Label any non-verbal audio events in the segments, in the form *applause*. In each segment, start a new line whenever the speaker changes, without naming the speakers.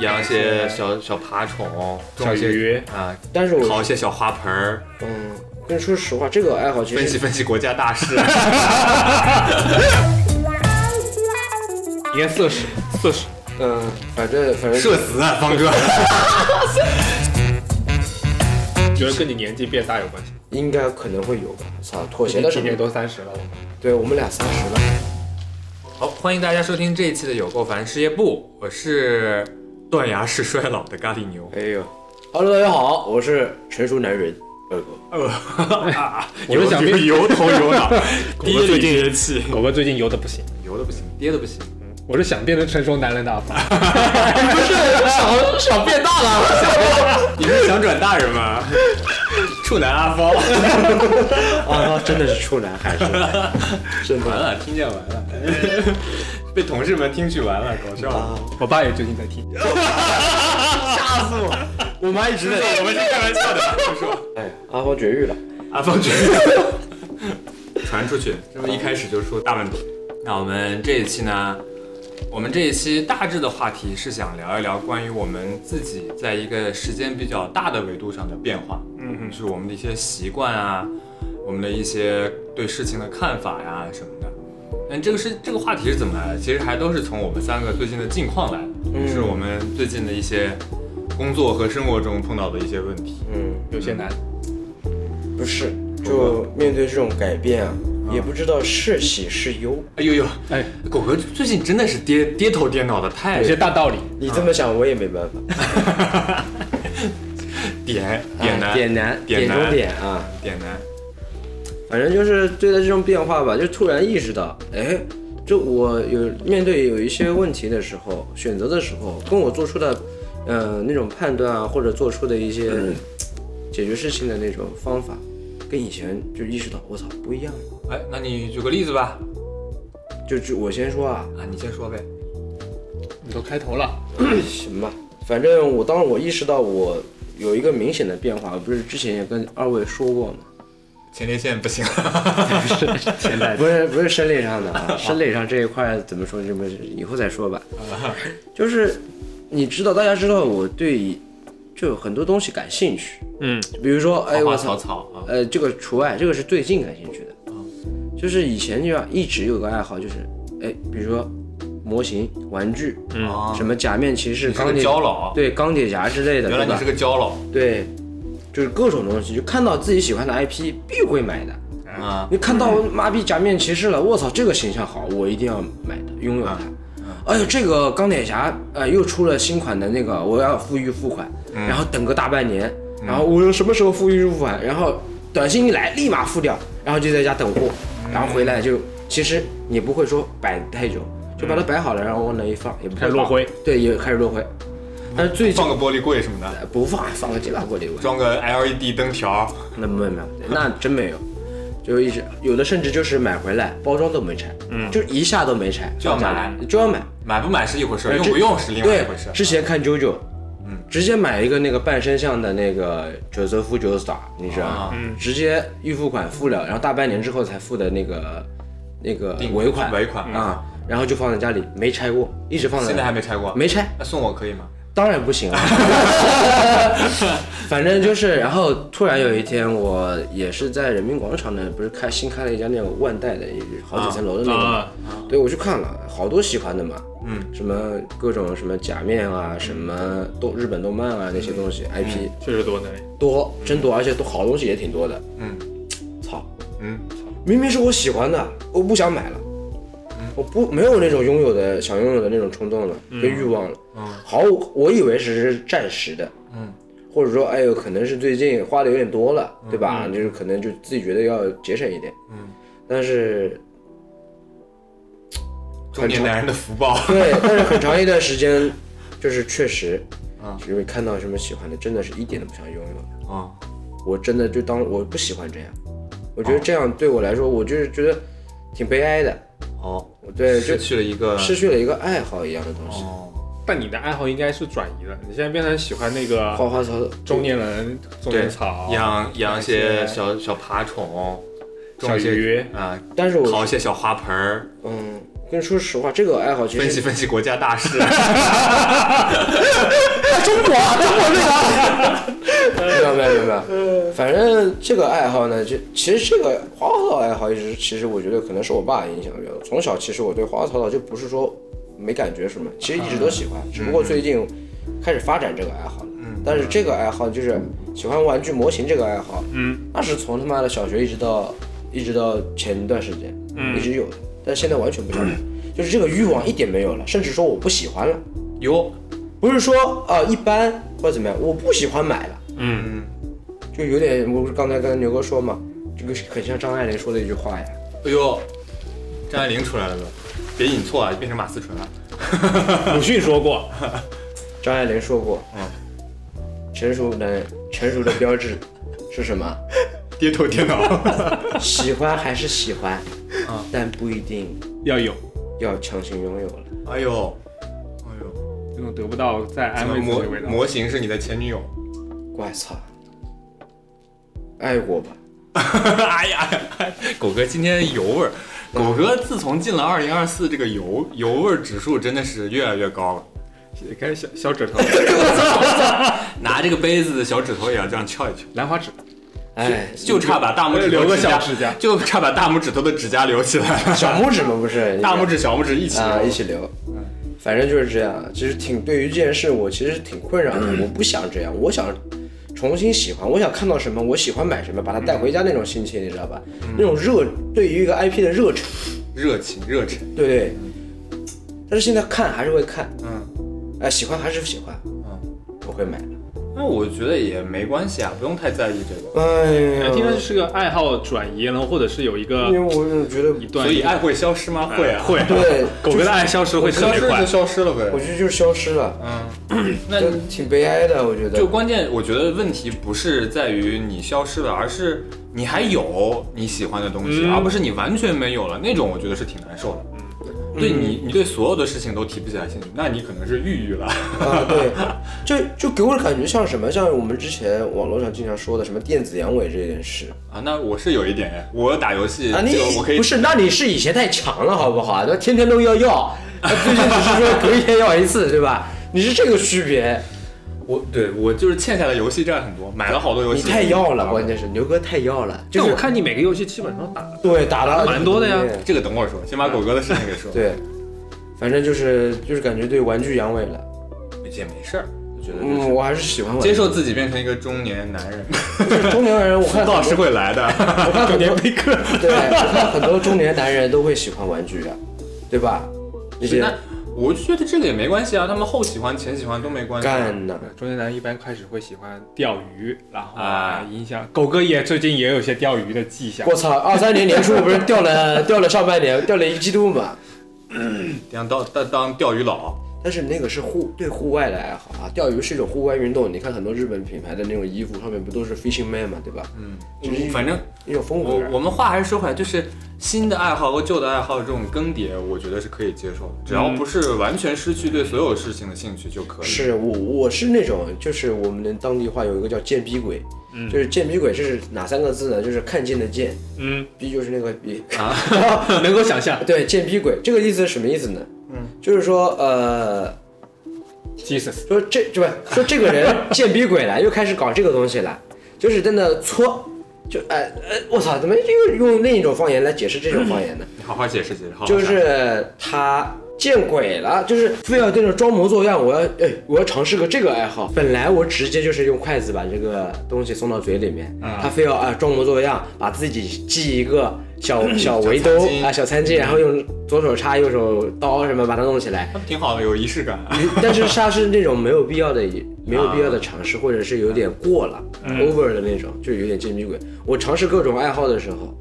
养一些小小爬虫、
小鱼
啊，
但是
烤一
我
些小花盆 *laughs* 儿，
嗯，跟你说实话，这个爱好其
分析
实
分析国家大事。 *laughs*
应该四十四十。
嗯，反正反正
社死啊，方哥！
觉得跟你年纪变大有关系。
应该可能会有吧。操，妥协
你
的时
今年
候，
都三十了，我们
对我们俩三十了。
好，欢迎大家收听这一期的有够烦事业部，我是断崖式衰老的咖喱牛。
哎呦，Hello，大家好，我是成熟男人
*laughs*
二狗。
我是想
油
跟
油头油 *laughs* 脑，
我
低
最
最
近
人气，
狗哥最近游的不行，
油的不行，跌的不行。
我是想变成成熟男人的阿发。
不是，想想变大了。
你是想转大人吗？ *laughs* 处男阿芳，
啊，真的是处男
*laughs*
还是？真
完
的
了，听见完了， *laughs* 被同事们听取完了，搞笑了。
我爸也最近在听。
吓死我！我妈一直在。
我们是开玩笑的，不说。
哎，阿芳绝育了。
阿芳 *laughs* 绝啊传出去，这么一开始就说大问题。那我们这一期呢，我们这一期大致的话题是想聊一聊关于我们自己在一个时间比较大的维度上的变化，
嗯哼
就是我们的一些习惯啊，我们的一些对事情的看法呀什么的。嗯，这个是这个话题是怎么来的？其实还都是从我们三个最近的近况来的，
嗯
是我们最近的一些工作和生活中碰到的一些问题。
嗯。
有些难，
不是，就面对这种改变啊，
嗯
也不知道是喜是忧。
哎呦呦，
哎，
狗哥最近真的是跌跌头跌脑的太
有些大道理。
你这么
嗯
想，我也没办法。
点点
哎
难
点难，
点难
中点啊！
点难，
反正就是对待这种变化吧，就突然意识到，哎，这我有面对有一些问题的时候，选择的时候，跟我做出的，呃，那种判断啊，或者做出的一些解决事情的那种方法，跟以前就意识到，我操，不一样了。
哎，那你举个例子吧。
就就我先说啊， *clears throat*
啊，你先说呗。
你都开头了，
行吧，反正我当我意识到我有一个明显的变化，我不是之前也跟二位说过吗？
前列腺不行，
现
哎
在
不是不是生理上的
*laughs*
啊，生理上这一块怎么说？这么以后再说吧。就是你知道，大家知道我对就很多东西感兴趣，
嗯，
比如说，哎，
花花
我
草
操，
草哦啊，
呃，这个除外，这个是最近感兴趣的，就是以前就要一直有个爱好，就是哎，比如说模型、玩具，
啊
什么假面骑士、
你是个
钢铁
胶佬，啊
对钢铁侠之类的，
原来
对吧
你是个胶佬
对，就是各种东西，就看到自己喜欢的 IP 必会买的。
啊。
你看到妈逼假面骑士了，我操，这个形象好，我一定要买的，拥有它。哎呦，这个钢铁侠，呃，又出了新款的那个，我要富裕付款，然后等个大半年，然后我什么时候富裕付款，然后短信一来立马付掉，然后就在家等货，然后回来就其实也不会说摆太久，就把它摆好了，然后往那一放，也不会
开始落
放
灰，
对，也开始落灰。但是最近呃
放个玻璃柜什么的，
不放，放个几把玻璃我
装个 LED 灯条，
那没有没有，那真没有，就一直有的甚至就是买回来包装都没拆，嗯，就一下都没拆，
就要
放家
买
里就要买，
买不买是一回事，
呃
用
之
不用是另外一
对
回事，。
之前看啾啾，嗯，直接买一个那个半身像的那个九泽夫九 star，你知道吗？
啊
直接预付款付了，然后大半年之后才付的那个那个
定
尾款
尾款
啊，然后就放在家里没拆过，一直放在
啊现在还没拆过，
没拆，
那送我可以吗？
当然不
*laughs*
行了，反正就是，然后突然有一天，我也是在人民广场那，不是开新开了一家那种万代的，好几层楼的那个嘛，
啊
对我去看了，好多喜欢的嘛，
嗯，
什么各种什么假面啊，什么动日本动漫啊那些东西 IP
确实多难。
多，真多，而且都好东西也挺多的，
嗯，
操，
嗯，
明明是我喜欢的，我不想买了，
嗯
我不没有那种拥有的想拥有的那种冲动了，跟欲望了。毫无，我以为只是暂时的，
嗯，
或者说，哎呦，可能是最近花的有点多了，对吧？
嗯
就是可能就自己觉得要节省一点，嗯，但是。
中年男人的福报 *laughs*
对，但是很长一段时间，就是确实，
嗯
啊，因为看到什么喜欢的，真的是一点都不想拥有。
啊，
我真的就当我不喜欢这样，我觉得这样对我来说，我就是觉得挺悲哀的。
哦，
对，就
失去了一个
失去了一个爱好一样的东西，
哦，
但你的爱好应该是转移了，你现在变成喜欢那个
花花草草。
中年人、中
对
年草，
养养一
一
些
些
小小爬虫，
小
种一些
鱼
啊，
但是我
烤一些小花盆儿，
嗯，跟你说实话，这个爱好其
分析
实
分析国家大事。
中国啊，中国队长。没有没有没有没有，反正这个爱好呢，就其实这个花花草草爱好一直，其实我觉得可能是我爸影响比较多。从小其实我对花花草草就不是说没感觉什么，其实一直都喜欢，只不过最近开始发展这个爱好了。但是这个爱好就是喜欢玩具模型这个爱好，
嗯，
那是从他妈的小学一直到一直到前一段时间，嗯，一直有的，但现在完全不想玩，就是这个欲望一点没有了，甚至说我不喜欢了。
哟，
不是说啊、呃一般或者怎么样，我不喜欢买了，
嗯，
就有点我不是刚才跟牛哥说嘛，这个很像张爱玲说的一句话呀。
哎呦，张爱玲出来了都，别引错啊，变成马思纯了。
鲁迅说过，
张爱玲说过，成熟的成熟的标志是什么？
跌头跌脑。
喜欢还是喜欢，但不一定
要有
要强行拥有了。
*laughs* 哎呦，哎呦，
这种得不到再
怎
安
么
慰自己
模
的味道。
模型是你的前女友？ *laughs*
我操，爱过吧？
哎呀，狗哥今天油味儿，狗哥自从进了二零二四，这个油油味儿指数真的是越来越高了。
也开始小小指头，
拿这个杯子的小指头也要这样翘一翘，
兰花指，
哎，
就差把大拇指头
留个
指甲
小指甲
就差把大拇指头的指甲留起来
*laughs*
了，
小拇指嘛，不是
大拇指、小拇指一起
啊，
留
一起留。反正就是这样，其实挺对于这件事，我其实挺困 *clears throat* 扰的。我不想这样，我想重新喜欢，我想看到什么，我喜欢买什么，把它带回家那种心情，你知道吧？那种热，对于一个 IP 的热忱，
热情热忱。
对不对？但是现在看还是会看，
嗯，
哎，喜欢还是喜欢，我会买的。
那我觉得也没关系啊，不用太在意这个。
哎呀，
听上去是个爱好转移，然后或者是有一个
因为我就觉得
一段，
所以爱会消失吗？会啊，
哎会，
对
狗哥的爱消失会特
消
别
失
快
就，消失了呗嗯
我。觉得就是消失了，
那
嗯
就挺悲哀的，我觉得
就。关键，我觉得问题不是在于你消失了，而是你还有你喜欢的东西，
嗯
而不是你完全没有了。那种我觉得是挺难受的。
嗯
对你，你对所有的事情都提不起来兴趣，那你可能是抑郁了。 *laughs*
啊，对，就就给我的感觉像什么，像我们之前网络上经常说的什么电子阳痿这件事
啊，那我是有一点哎，我打游戏
啊，你
就我可以
不是，那你是以前太强了，好不好？那天天都要要，那最近只是说隔一天要一次，对吧？你是这个区别，
我对我就是欠下的游戏债很多，买了好多游
你
戏。
太要了，关键是牛哥太要了，就
但
是
我看你每个游戏基本上都打了，
对打了
蛮多的呀
这个等会儿说，先把狗哥的事情给说。，
对，反正就是就是感觉对玩具阳痿了，
也没事儿，我觉得就是
嗯，我还是喜欢玩
接受自己变成一个中年男人，
中年 *laughs* 人，我看
倒
很
是
多
会来的。 *laughs*
我看很多
贝克，
对，我看很多中年男人都会喜欢玩具的，对吧？那些
那我就觉得这个也没关系啊，他们后喜欢前喜欢都没关系。啊
干的。
*laughs* 中年男一般开始会喜欢钓鱼，然后
啊
影响狗哥也最近也有些钓鱼的迹象
我。操，二三年年初不是掉了掉了上半年，掉了一季度嘛？
当当当当钓鱼佬，
但是那个是户对户外的爱好啊，钓鱼是一种户外运动。你看很多日本品牌的那种衣服上面不都是 fishing man 嘛，对吧？嗯，就是一
反正
一种风格
我。我们话还是说回来，就是新的爱好和旧的爱好这种更迭，我觉得是可以接受的，只要不是完全失去对所有事情的兴趣就可以。
嗯是我我是那种，就是我们当地话有一个叫贱逼鬼，就是贱逼鬼是哪三个字呢？就是看见的见，
嗯，啊
逼就是那个逼，
能够想象
*laughs* 对，贱逼鬼这个意思是什么意思呢？嗯，就是说呃，
，Jesus，
说这就不是说这个
*laughs*
人贱逼鬼了，又开始搞这个东西了，就是在那搓，就哎哎，我操，怎么又用另一种方言来解释这种方言呢？
你好好解释嗯解释，好好
就是他见鬼了，就是非要在那装模作样，我要哎，我要尝试个这个爱好。本来我直接就是用筷子把这个东西送到嘴里面，
嗯
他非要啊装模作样，把自己系一个
*coughs*
小小围兜
餐巾
啊小餐巾，然后用左手叉右手刀什么把它弄起来。
他们挺好的，有仪式感。
但是它是那种没有必要的、没有必
啊
要的尝试，或者是有点过了、over
嗯
的那种，就有点见逼鬼。我尝试各种爱好的时候，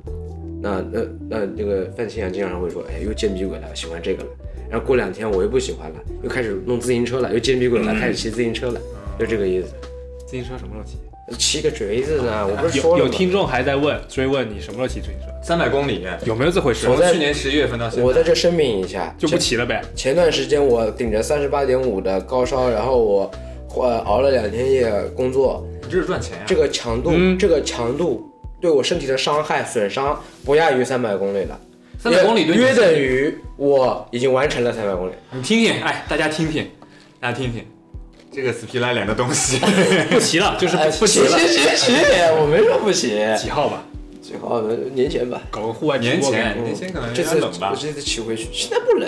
那那那那个范青阳经常会说，哎，又见逼鬼了，喜欢这个了。然后过两天我又不喜欢了，又开始弄自行车了，又见逼鬼
嗯
了，开始骑自行车了，就这个意思。
自行车什么时候骑？
骑个锤子呢？我不是说
有有
了吗？
听众还在问追问你什么时候骑自行车，
三百公里，
有没有这回事
我？在
从去年十一月份到现
我
在，
在这声明一下，
就不骑了呗。
前段时间我顶着三十八点五的高烧，然后我呃熬了两天夜工作，
你这是赚钱呀、
这个强度，
嗯
这个强度对我身体的伤害损伤不亚于三百公里了。
三百公里对你
约等于我已经完成了三百公里。
你听听，哎，大家听听，大家听听，这个死皮赖脸的东 *laughs* 西，
*laughs* 不骑了， *laughs* 就是不不骑
哎行
了。
行行行，我没说不行。
几号吧？
最好年前吧，
搞个户外
年
直播
前
感觉
年前可能有
这次
点冷吧
我。这次骑回去，现在不冷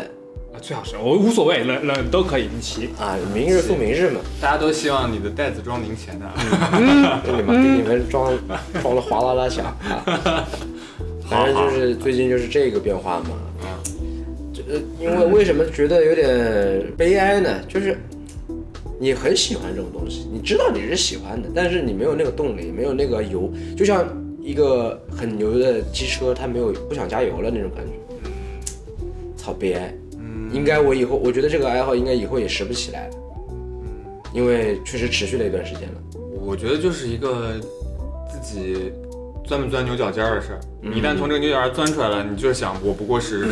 啊最好是我无所谓，冷冷都可以，你骑。
啊，明日复明日嘛。
大家都希望你的袋子装零钱的，啊
给你们给你们装装的哗啦啦响啊！反正就是最近就是这个变化嘛。这呃因为为什么觉得有点悲哀呢？就是你很喜欢这种东西，你知道你是喜欢的，但是你没有那个动力，没有那个油，就像一个很牛的机车，它没有不想加油了那种感觉。操悲哀。应该我以后我觉得这个爱好应该以后也拾不起来了，因为确实持续了一段时间了。
我觉得就是一个自己钻不钻牛角尖儿的事儿。你一旦从这个牛角尖儿钻出来了，你就想我不过是，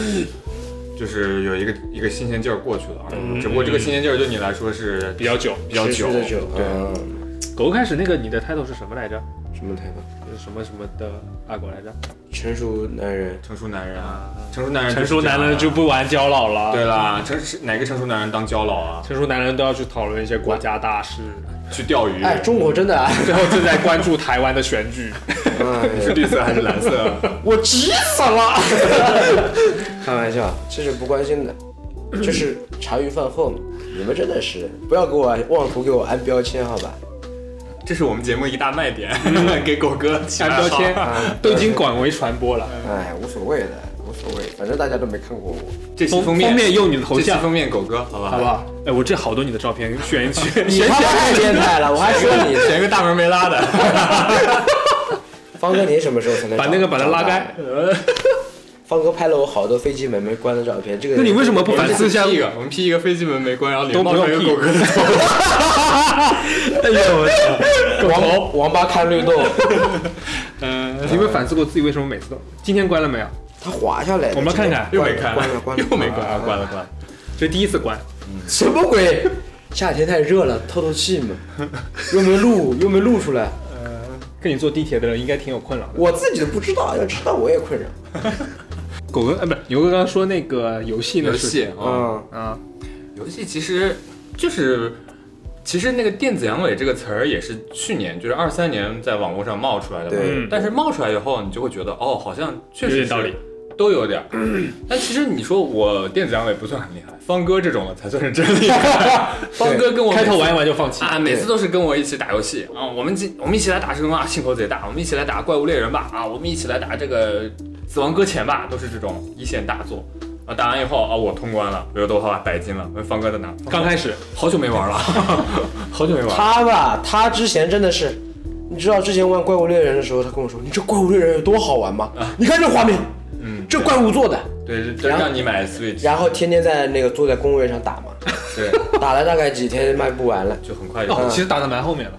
就是有一个一个新鲜劲儿过去了而已。只不过这个新鲜劲儿对你来说是
比较久，
比较
持续
久，
的久，
对，
嗯，
狗开始那个你的 title 是什么来着？
什么态度？
就是什么什么的阿狗来着？
成熟男人，
成熟男人啊，成熟男人就
成
是
熟
这样
男人
啊
就不玩胶佬了。
对，啦，成是哪个成熟男人当交老啊？
成熟男人都要去讨论一些国家大事，
去钓鱼，
嗯
哎，中国真的啊，
最后正在关注台湾的选举。
哎
嗯
*laughs*
是 *laughs* 绿色还是蓝色？ *laughs*
我急死了，开玩笑，这是不关心的，就是茶余饭后嘛。你们真的是不要给我妄图给我安标签，好吧？
这是我们节目一大卖点， *laughs* 给狗哥起
按标嗯签
外号
都已经广为传播了。
哎，无所谓的，无所谓，反正大家都没看过我。
这期
封
封
封面用你的头
这期
像，
封面狗哥，好吧，
好不好？哎，我这好多你的照片，选一选。
你他妈太变态 *laughs* 了，我还说你，
选一个大门没拉的。
方哥，你什么时候才能
把
长
那个把它拉？
长
开
大。方哥拍了我好多飞机门没关的照片，这个
那你为什么不
我们
*laughs* 反思一下？
P 一个， *laughs* 我们 P 一个飞机门没关，然后脸
都
冒
不用
出一个
P
狗哥的头。
*laughs* 哎呦我操！
王王八看绿豆，
嗯，你有没有反思过自己为什么每次都？今天关了没有？
它滑下来了。
我们看看
又
关
没
了
开，
关了
*laughs*
关了，
又没关，啊关了关了。
这第一次关，
什么鬼？夏天太热了，透透气嘛。又没 *laughs* 录，又没录出来，
跟你坐地铁的人应该挺有困扰的。
我自己都不知道，要知道我也困扰。
狗哥，哎，不是牛哥刚刚说那个游戏呢？
游戏啊，
嗯，
啊，
游戏其实就是，其实那个电子阳痿这个词儿也是去年，就是二三年在网络上冒出来的嘛。
对
嗯
但是冒出来以后，你就会觉得哦，好像确
有
实
点
是
道理，
都有点儿。
*clears throat*
但其实你说我电子阳痿不算很厉害，方哥这种的才算是真厉
*laughs*
害。方哥跟我
开头
每次
玩一玩就放弃。
啊，每次都是跟我一起打游戏啊，我们今我们一起来打神啊话，兴头贼大，我们一起来打怪物猎人吧，啊，我们一起来打这个死亡搁浅吧，都是这种一线大作。啊，打完以后啊，我通关了，刘德华白金了，问方哥在哪？
刚开始，
好久没玩
*laughs*
了，好久没玩了。
他吧，他之前真的是，你知道之前玩怪物猎人的时候，他跟我说：“你这怪物猎人有多好玩吗？你看这画面，
嗯，
这怪物做的。
对，这
然后
让你买 Switch，
然后天天在那个坐在公园上打 *laughs* 嘛，
对，
打了大概几天卖不完了。
就很快就
哦，其实打的蛮后面了。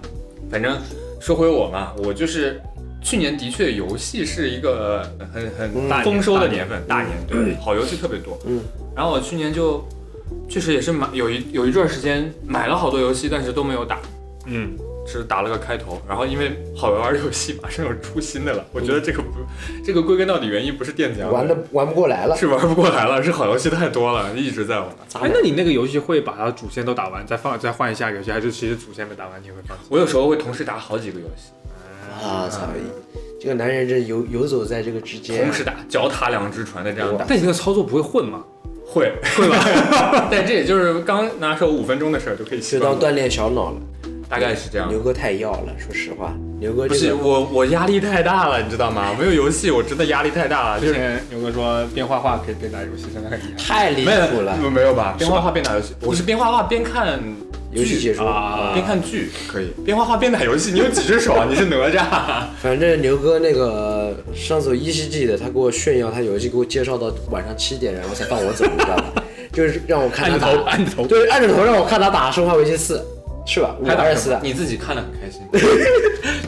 反正说回我嘛，我就是去年的确游戏是一个呃很很
大年
丰收的
大年
年份，大年对，好游戏特别多。
嗯，
然后我去年就确实也是买有一有一段时间买了好多游戏，但是都没有打。
嗯，
只打了个开头，然后因为好玩游戏马上要出新的了，我觉得这个不，这个归根到底原因不是电子游戏
玩的玩不过来了，
是玩不过来了，是好游戏太多了，一直在玩。
哎，那你那个游戏会把它主线都打完，再放再换一下游戏，还是其实主线没打完你会放弃？
我有时候会同时打好几个游戏，
啊操！这个男人这游游走在这个之间
同，时打，脚踏两只船的这样打。
但你那个操作不会混吗？
会会吧，但这也就是刚拿手五分钟的事儿就可以习
就当
惯了，
锻炼小脑了。
大概是这样。
牛哥太要了，说实话，牛哥
不
这
是
个
我，我压力太大了，你知道吗？没有游戏，我真的压力太大了，就
之
是
前牛哥说变画画可以边打游戏，真的很
*laughs*
厉
太离
没
谱
有
了，
没有吧？边画画边打游戏，我是边画画边看
游戏解
剧
说。
啊
边看剧可以，边画画边打游戏。你有几只手啊？你是哪吒？
反正牛哥那个上次有依稀记得，他给我炫耀他游戏，给我介绍到晚上七点，然后才放我走，你知道 *laughs* 吗？就是让我看他
按头按
打，
头
对，按着头让我看他打《生化危机四》，是吧？五
还打
二
什
四
么
的，
你自己看的很开心，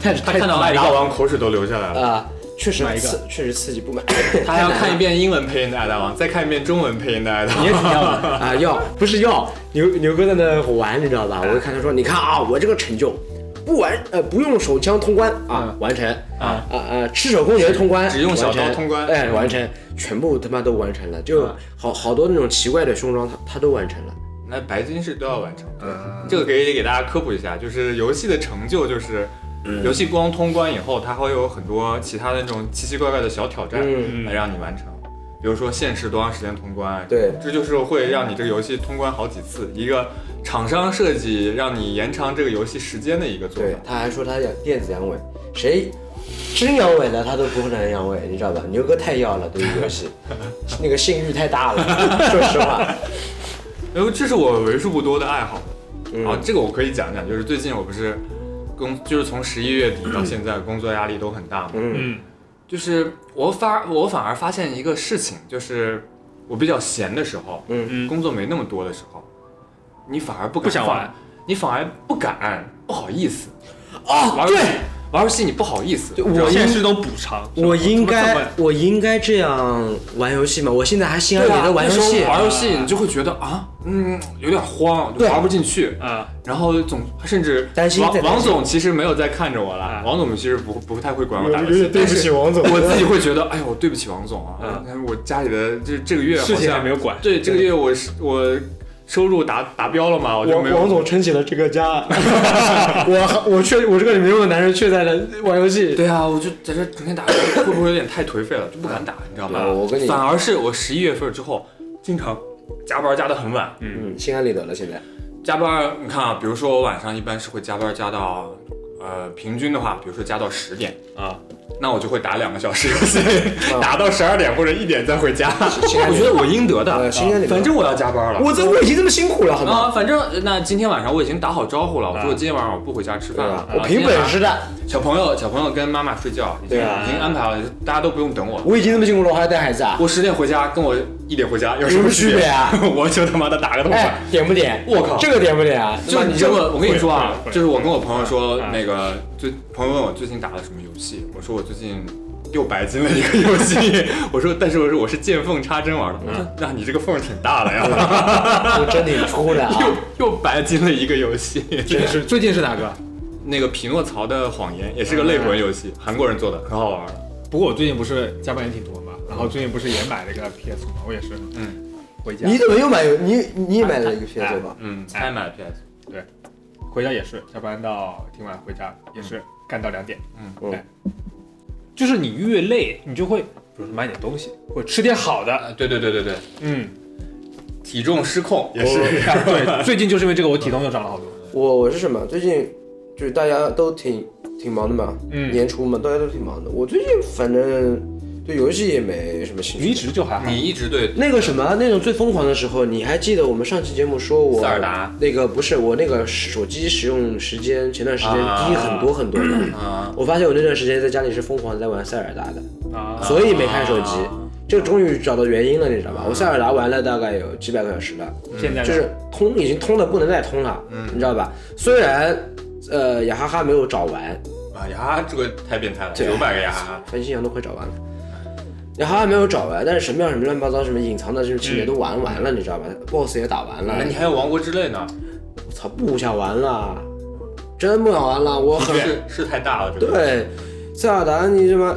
太
他
太
看到
太
艾达王口水都流下来了，
啊，确实
买一个
刺，确实刺激
*laughs*
不满。
他还要看一遍英文配音的艾达王，再看一遍中文配音的艾达
你也挺
王。
要的。
啊，要不是要牛牛哥在那玩，你知道吧？我就看他说，你看啊，我这个成就，不完呃不用手枪通关啊，
嗯
完成
啊
啊啊，赤手空拳通关，
只用小刀
完成
通关
哎，
嗯
完成，全部他妈都完成了，就
啊
好好多那种奇怪的胸装，他他都完成了。
那白金是都要完成。
嗯
这个可以给大家科普一下，就是游戏的成就就是，
嗯
游戏光通关以后，它会有很多其他的那种奇奇怪怪的小挑战
嗯
来让你完成，比如说限时多长时间通关，
对
这就是会让你这个游戏通关好几次，一个厂商设计让你延长这个游戏时间的一个做
对
法，。
他还说他养电子阳痿，谁真阳痿了他都不能阳痿，你知道吧？牛哥太要了，对于游戏，那个性欲太大了，说实话。
然后这是我为数不多的爱好，
嗯
然后这个我可以讲讲，就是最近我不是工，就是从十一月底到现在，工作压力都很大嘛，
嗯
嗯
就是我发我反而发现一个事情，就是我比较闲的时候，
嗯
嗯，
工作没那么多的时候，你反而不敢
不想
放
玩，
你反而不敢，不好意思
哦，
玩游戏
对，
玩游戏你不好意思，
对
你知道
我
吗
现实中补偿。
我
怎
应
么
该
怎么
我应该这样玩游戏吗？我现在还心安
对
理
啊
得玩游
那时
戏
候，玩游戏你就会觉得啊，嗯，有点慌，就
对
玩不进去。
啊
然后总甚至
担心再
王
担
王
心
总其实没有在看着我了
啊，
王总其实不不太会管我打游戏，但是
*laughs* 王总
我自己会觉得，哎呦，对不起王总啊
嗯
啊，
但是我家里的这这个月好
事情
像
还没有管，
对，这个月我是我收入达达标了嘛，我就没有。
总撑起了这
*laughs*
个家，我我却我这个没用的男人却在那玩游戏。
对啊，我就在这整天打，会不会有点太颓废了？就不敢打，你知道吧？
对我跟你
反而是我十一月份之后，经常加班加的很晚。
嗯，心安理得了，现在。
加班，你看啊，比如说我晚上一般是会加班加到，呃，平均的话，比如说加到十点，
啊，
那我就会打两个小时游戏，
嗯
打到十二点或者一点再回家。
心
*laughs*
安
我
理
觉
得
得我应得
呃
的，
心安理得
啊反正我要加班了。
我这我已经这么辛苦了，好吗？
啊，反正那今天晚上我已经打好招呼了，我说
啊
今天晚上我不回家吃饭
对
了
吧，？
啊
我凭本。
今
事的，
天晚上小朋友，小朋友跟妈妈睡觉，已经
对啊
已经安排好了，大家都不用等我。
我已经这么辛苦了，我还要带孩子啊？
我十点回家，跟我一点回家有
有
什
什
么
么区别？啊？
*laughs* 我就他妈的打个头
哎
饭。，
点不点？
我靠
这个点不点啊？
就
那
你这么，我跟你说啊，
会
就是我跟我朋友说
啊，
那个最朋友问我最近打了什么游戏，我说我最近又白金了一个游戏， *laughs* 我说但是我说我是见缝插针玩的，我
嗯
说那你这个缝儿挺大的呀， *laughs*
我真挺粗的啊！
又又白金了一个游
*laughs*
戏。
这是最近是哪个？
那个匹诺曹的谎言也是个类魂游
嗯
戏，韩国人做的，很好玩。
不过我最近不是加班也挺多嘛，然后最近不是也买了一个 PS 嘛，我也是，
嗯，
回家
你怎么又买游？你你也买了一个 PS
哎
吧？
嗯，才买 PS，
回家也是加班到挺晚，回家也是干到两点，
嗯
哎，就是你越累，你就会比如说买点东西，或者吃点好的，
啊，对对对对对，
嗯，
体重失控哦也
是
*laughs*
哎对， *laughs* 最近就是因为这个，我体重又长了好多，
我我是什么？最近就是大家都挺挺忙的嘛，
嗯
年初嘛，大家都挺忙的。我最近反正对游戏也没什么兴
你一
趣。
直就还好
你，一直对
那个什么，那种最疯狂的时候，你还记得我们上期节目说我
塞尔达
那个不是我那个手机使用时间前段时间
啊
低很多很多的。
啊，
我发现我那段时间在家里是疯狂地在玩塞尔达的，
啊
所以没看手机
啊。
这个终于找到原因了，你知道吧？我塞尔达玩了大概有几百个小时了，
现在呢
就是通已经通的不能再通了，你知道吧？虽然呃雅哈哈没有找完，
啊呀，这个太变态了，
对
九百个呀，
分析羊都快找完了。雅哈哈没有找完，但是神庙什么乱七八糟什么隐藏的这种情节都玩完了，你知道吧？BOSS 也打完了
那，你还有王国之泪呢，
我操，不想玩了，真不想玩了，我很
是是太大了，这个
对，塞尔达你什么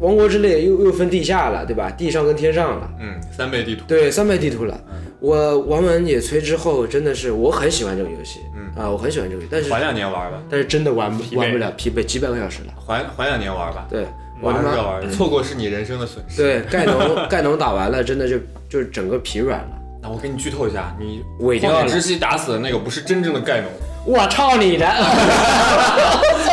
王国之泪又又分地下了，对吧？地上跟天上了，
嗯，三倍地图，
对，三倍地图了。我玩完野炊之后，真的是我很喜欢这个游戏，
嗯
啊，我很喜欢这个游戏，但是
缓两年玩吧，
但是真的玩
疲惫
玩不了，疲惫几百个小时了。
缓缓两年玩吧，
对，我他
嗯玩是要
妈
玩，错过是你人生的损失。
对盖农 *laughs* 盖农打完了，真的就就整个疲软了。
那我给你剧透一下，你
伪掉了
旷野之息打死的那个不是真正的盖农，
我操你 *laughs* 的！
*laughs*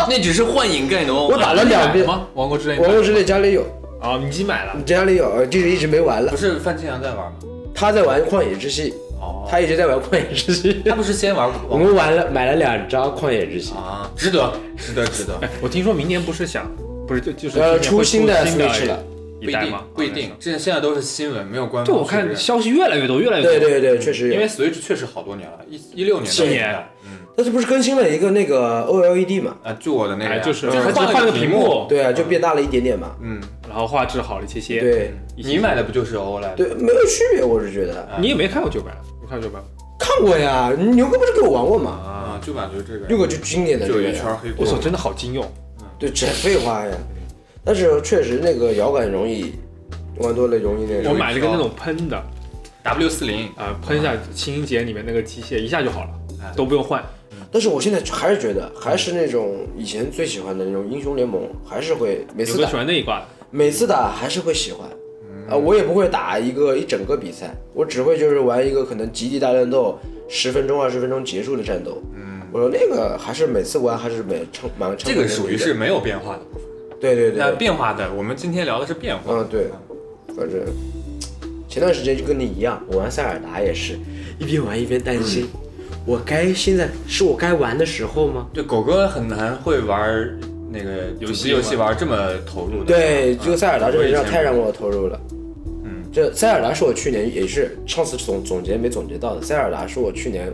那只是幻影盖农。
我打了两遍
你买吗？王国之泪，
王国之泪家里有，
啊，你已经买了，
家里有，就是一直没玩了
不。是范清扬在玩吗？
他在玩旷野之息，
哦，
他一直在玩旷野
*laughs*
之息。
他不是先玩
我
王
们玩了买了两张旷野之息。
啊，值得，值得，值得。
哎，我听说明年不是想，不是就就是今年会
呃出新
新
的
的
Switch 了
不
*laughs* 一
一
代
定
吗？，
不一定，这现在都是新闻，没有官
就
方。
我看，消息越来越多，越来越多。
对对对，确实
嗯因为
有。
Switch 确实好多年了，一一六年到
是
现在，嗯，
但是不是更新了一个那个 OLED 嘛？
啊，就我的那个
哎，
呀，
就是
就
它就
换
换
了
了
个
个
屏
屏幕，
对啊，就变大了一点点嘛。
哦嗯，
然后画质好了一些些。，
对
你买的不就是 OLED？
对，没有区别，我是觉得。
啊你也没看过九百，你看过九百
看过呀，牛哥不是给我玩过吗？
啊，就感觉这个
六个就经典的这
就有
个
一
呀
圈黑
我操，
锅。
真的好经用，
对，这废话呀。但是确实那个摇杆容易，玩多了容易那
我
个。
买了个那种喷的，
W 四零，
啊，喷一下清音节里面那个机械，一下就好
哎
了，都不用换。
但是我现在还是觉得，还是那种以前最喜欢的那种英雄联盟，还是会每
有
次
个
打
喜欢那一挂的，
每次打还是会喜欢。啊，我也不会打一个一整个比赛，我只会就是玩一个可能极地大乱斗，十分钟二十分钟结束的战斗。嗯，我说那个还是每次玩还是每称蛮称
这个属于是没有变化的部分。
对对
那
对，
变化的，我们今天聊的是变化。
嗯对，反正前段时间就跟你一样，我玩塞尔达也是，一边玩一边担心，我该现在是我该玩的时候吗？
对，狗哥很难会玩那个游戏，
主机嘛
游戏玩这么投入的。
对，
嗯
这个塞尔达这个让太。
我以前
让我投入了。
嗯，
这塞尔达是我去年也是上次总总结没总结到的，塞尔达是我去年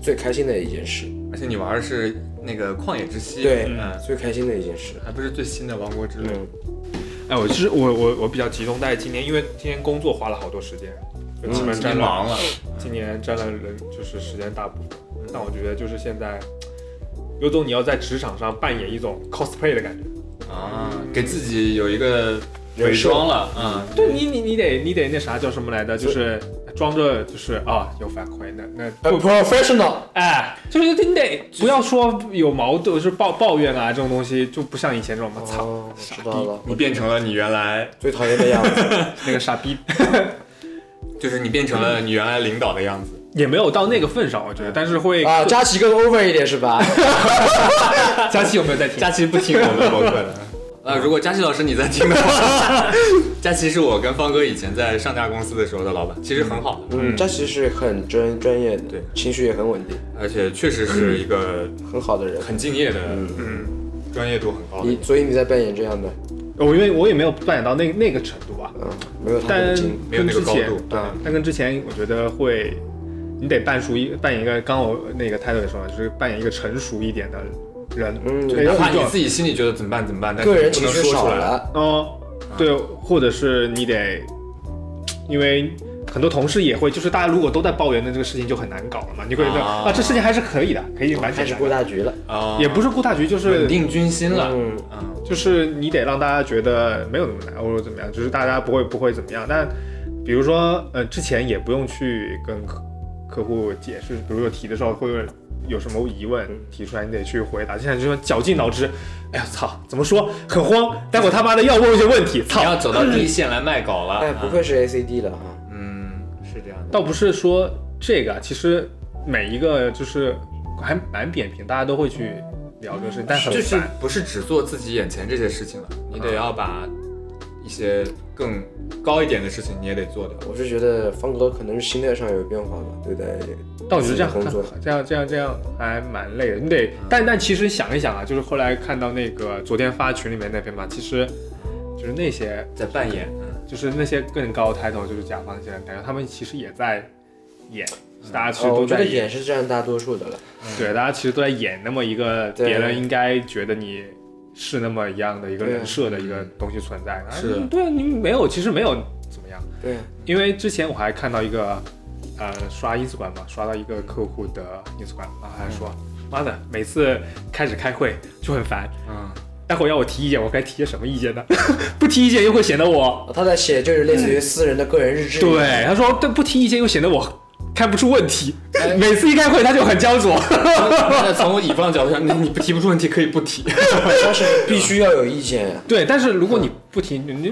最开心的一件事，
而且你玩的是那个旷野之息，
对
嗯，
最开心的一件事。
还不是最新的王国之泪。
嗯，
哎，我其实我我我比较集中在今年，因为今年工作花了好多时间，就基本
今
占
天
了
忙了，
今年占了人就是时间大部分。但我觉得就是现在，有种你要在职场上扮演一种 cosplay 的感觉。
啊，给自己有一个伪装了，嗯，
对你你你得你得那啥叫什么来着？就是装着就是啊有反馈那那
呃，professional，
哎，就是你得不要说有矛盾，就是抱抱怨啊这种东西，就不像以前这种嘛，操、
哦，知道了，
你变成了你原来，
最讨厌的样 *laughs* 子。
那个傻逼
就是你变成了你原来领导的样子。
也没有到那个份上，我
嗯
觉得，但是会
啊，佳琪更 over 一点是吧？
佳琪有没有在听？
佳琪不听我们播客的。呃，如果佳琪老师你在听的话， *laughs* 佳琪是我跟方哥以前在上家公司的时候的老板，其实很好的，
嗯，佳琪是很专专业的，
对，
情绪也很稳定，
而且确实是一个
很好的人。
很敬业的，嗯，专业度很高的
你。所以你在扮演这样的，
我因为我也没有扮演到那那个程度啊，
嗯，没有他
但
的精，
没有那个
跟之
高
前
度嗯
啊，
但跟之前我觉得会，你得扮熟一扮演一个，刚我那个态度也说了，啊就是扮演一个成熟一点的人，
嗯
对
对
哪怕
就
你自己心里觉得怎么办怎么办，但是
个人
你
情
不能
绪
说
少
出来。
了，
哦，
嗯
对，或者是你得，因为很多同事也会，就是大家如果都在抱怨，那这个事情就很难搞了嘛。你会觉得
啊
啊这事情还是可以的，可以蛮
开
简
始
单
顾
的，
大局了。
啊，
也不是顾大局，就
稳
是
定军心了。
嗯，
嗯，
就是你得让大家觉得没有那么难，或者怎么样，就是大家不会不会怎么样。但比如说，呃，之前也不用去跟客客户解释，比如说提的时候会问有什么疑问提出来，你得去回答。现在就说绞尽脑汁，哎呀操，怎么说很慌，待会儿他妈的要问一些问题，操
你，要走到第一线来卖稿了。
哎，不
啊，
愧是 ACD 的哈，
嗯，是这样的。
*laughs* 倒不是说这个啊，其实每一个就是还蛮扁平，大家都会去聊这个事情，但很
就是
烦。
不是只做自己眼前这些事情了，你得要把一些更高一点的事情你也得做掉。
我是觉得方哥可能是心态上有变化吧，对待
但我觉得这样
工作嗯
这样这样这样还蛮累的，你得，但但其实想一想啊，就是后来看到那个昨天发群里面那篇嘛，其实就是那些
在扮演，嗯
就是那些更高抬头就是甲方那些人，感觉他们其实也在演，大家其实
哦，
都
我觉
在
得演是占大多数的了。
对，大家其实都在演那么一个
对
别人应该觉得你是那么一样的一个
对
人设的一个东西存在。
是
啊对啊，你没有，其实没有怎么样。
对，
因为之前我还看到一个，呃，刷 Instagram 嘛，刷到一个客户的 Instagram，然后还说，妈的，每次开始开会就很烦，
嗯，
待会儿要我提意见，我该提些什么意见呢？ *laughs* 不提意见又会显得我，
哦他在写就是类似于私人的个人日志。
对，他说，但不提意见又显得我看不出问题， *laughs* 每次一开会他就很焦灼。
嗯 *laughs* 那从乙方角度上，你你不提不出问题可以不提。
但是必须要有意见啊呀，
对，但是如果你不提，你你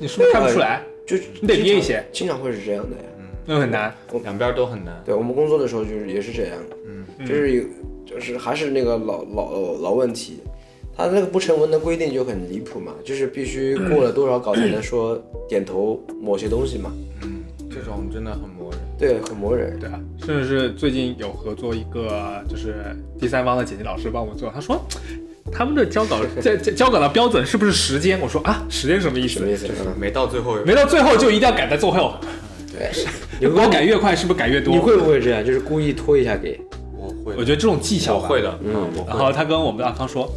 你是不是看不出来？
就
你得憋一些，
经常会是这样的呀。
那很难。
*laughs* 两边都很难。
对我们工作的时候就是也是这样，嗯，就是有就是还是那个老老老问题，他那个不成文的规定就很离谱嘛，就是必须过了多少稿才能说点头某些东西嘛，
嗯，这种真的很磨人。
对，很磨人。
对啊，甚至是最近有合作一个就是第三方的剪辑老师帮我做，他说他们的交稿交交交稿的标准是不是时间？我说啊，时间什么意思
什么？意思？嗯
没到最后，
没到最后就一定要赶在最后，
对，
*laughs* 你我改越快是不是改越多？
你会不会这样？就是故意拖一下给？啊
我会
我觉得这种技巧
我
吧
会。的，嗯，我
然
会。
后他跟我们的阿康说，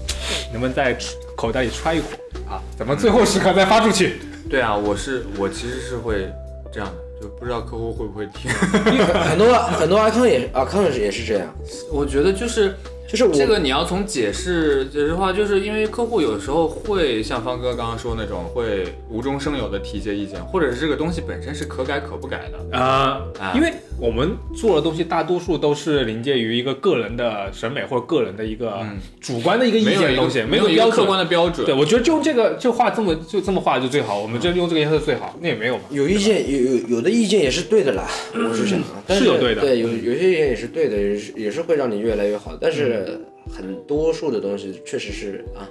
能不能在口袋里揣一会儿啊？咱们最后时刻再发出去。
对啊，我是我其实是会这样的，就不知道客户会不会听。
因为很多很多 icon 也 icon 也是这样，
*laughs* 我觉得就是
就是我
这个你要从解释解释的话，就是因为客户有时候会像方哥刚刚说那种，会无中生有的提一些意见，或者是这个东西本身是可改可不改的。
啊、
啊
因为我们做的东西大多数都是临界于一个个人的审美或者个人的一个
嗯
主观的一个意
没
见
有
的
一个
东西，
没
有
有一
标
个
准
客观的标
对，
准。
我觉得就用这个就画这么就这么画就最好，我们就用这个颜色最好，那也没有嘛。
有意见有有有的意见也是对的啦，我是想啊，
嗯
但
是有对的
对有有些意见也是对的，也是也是会让你越来越好，但是很多数的东西确实是
*laughs*
啊，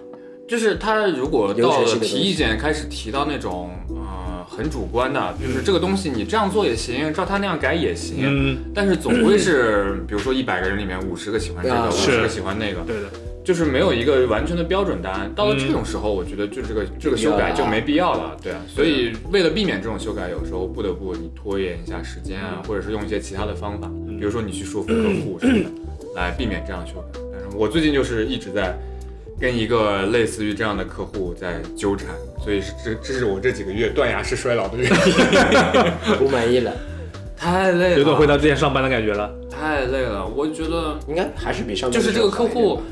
就是他如果
流
到
水
了
线的
提
东西
意见，开始提到那种呃很主观的，就是这个东西你这样做也行，照他那样改也行，
嗯，
但是总归是，比如说一百个人里面五十个喜欢这个，
啊
五
是
十个喜欢那个，
嗯对的，
就是没有一个完全的标准答案。到了这种时候，我觉得就这个这个修改就没必要了，对啊。所以为了避免这种修改，有时候不得不你拖延一下时间啊，或者是用一些其他的方法，比如说你去说服客户什么的，来避免这样修改。但是我最近就是一直在跟一个类似于这样的客户在纠缠，所以是这这是我这几个月断崖式衰老的原因，
不满意了，
太累
有种回
了，
到之前上班的感觉了。
太累了，我觉得。
应该还是比上面
就是这个客
好一点
户
吧，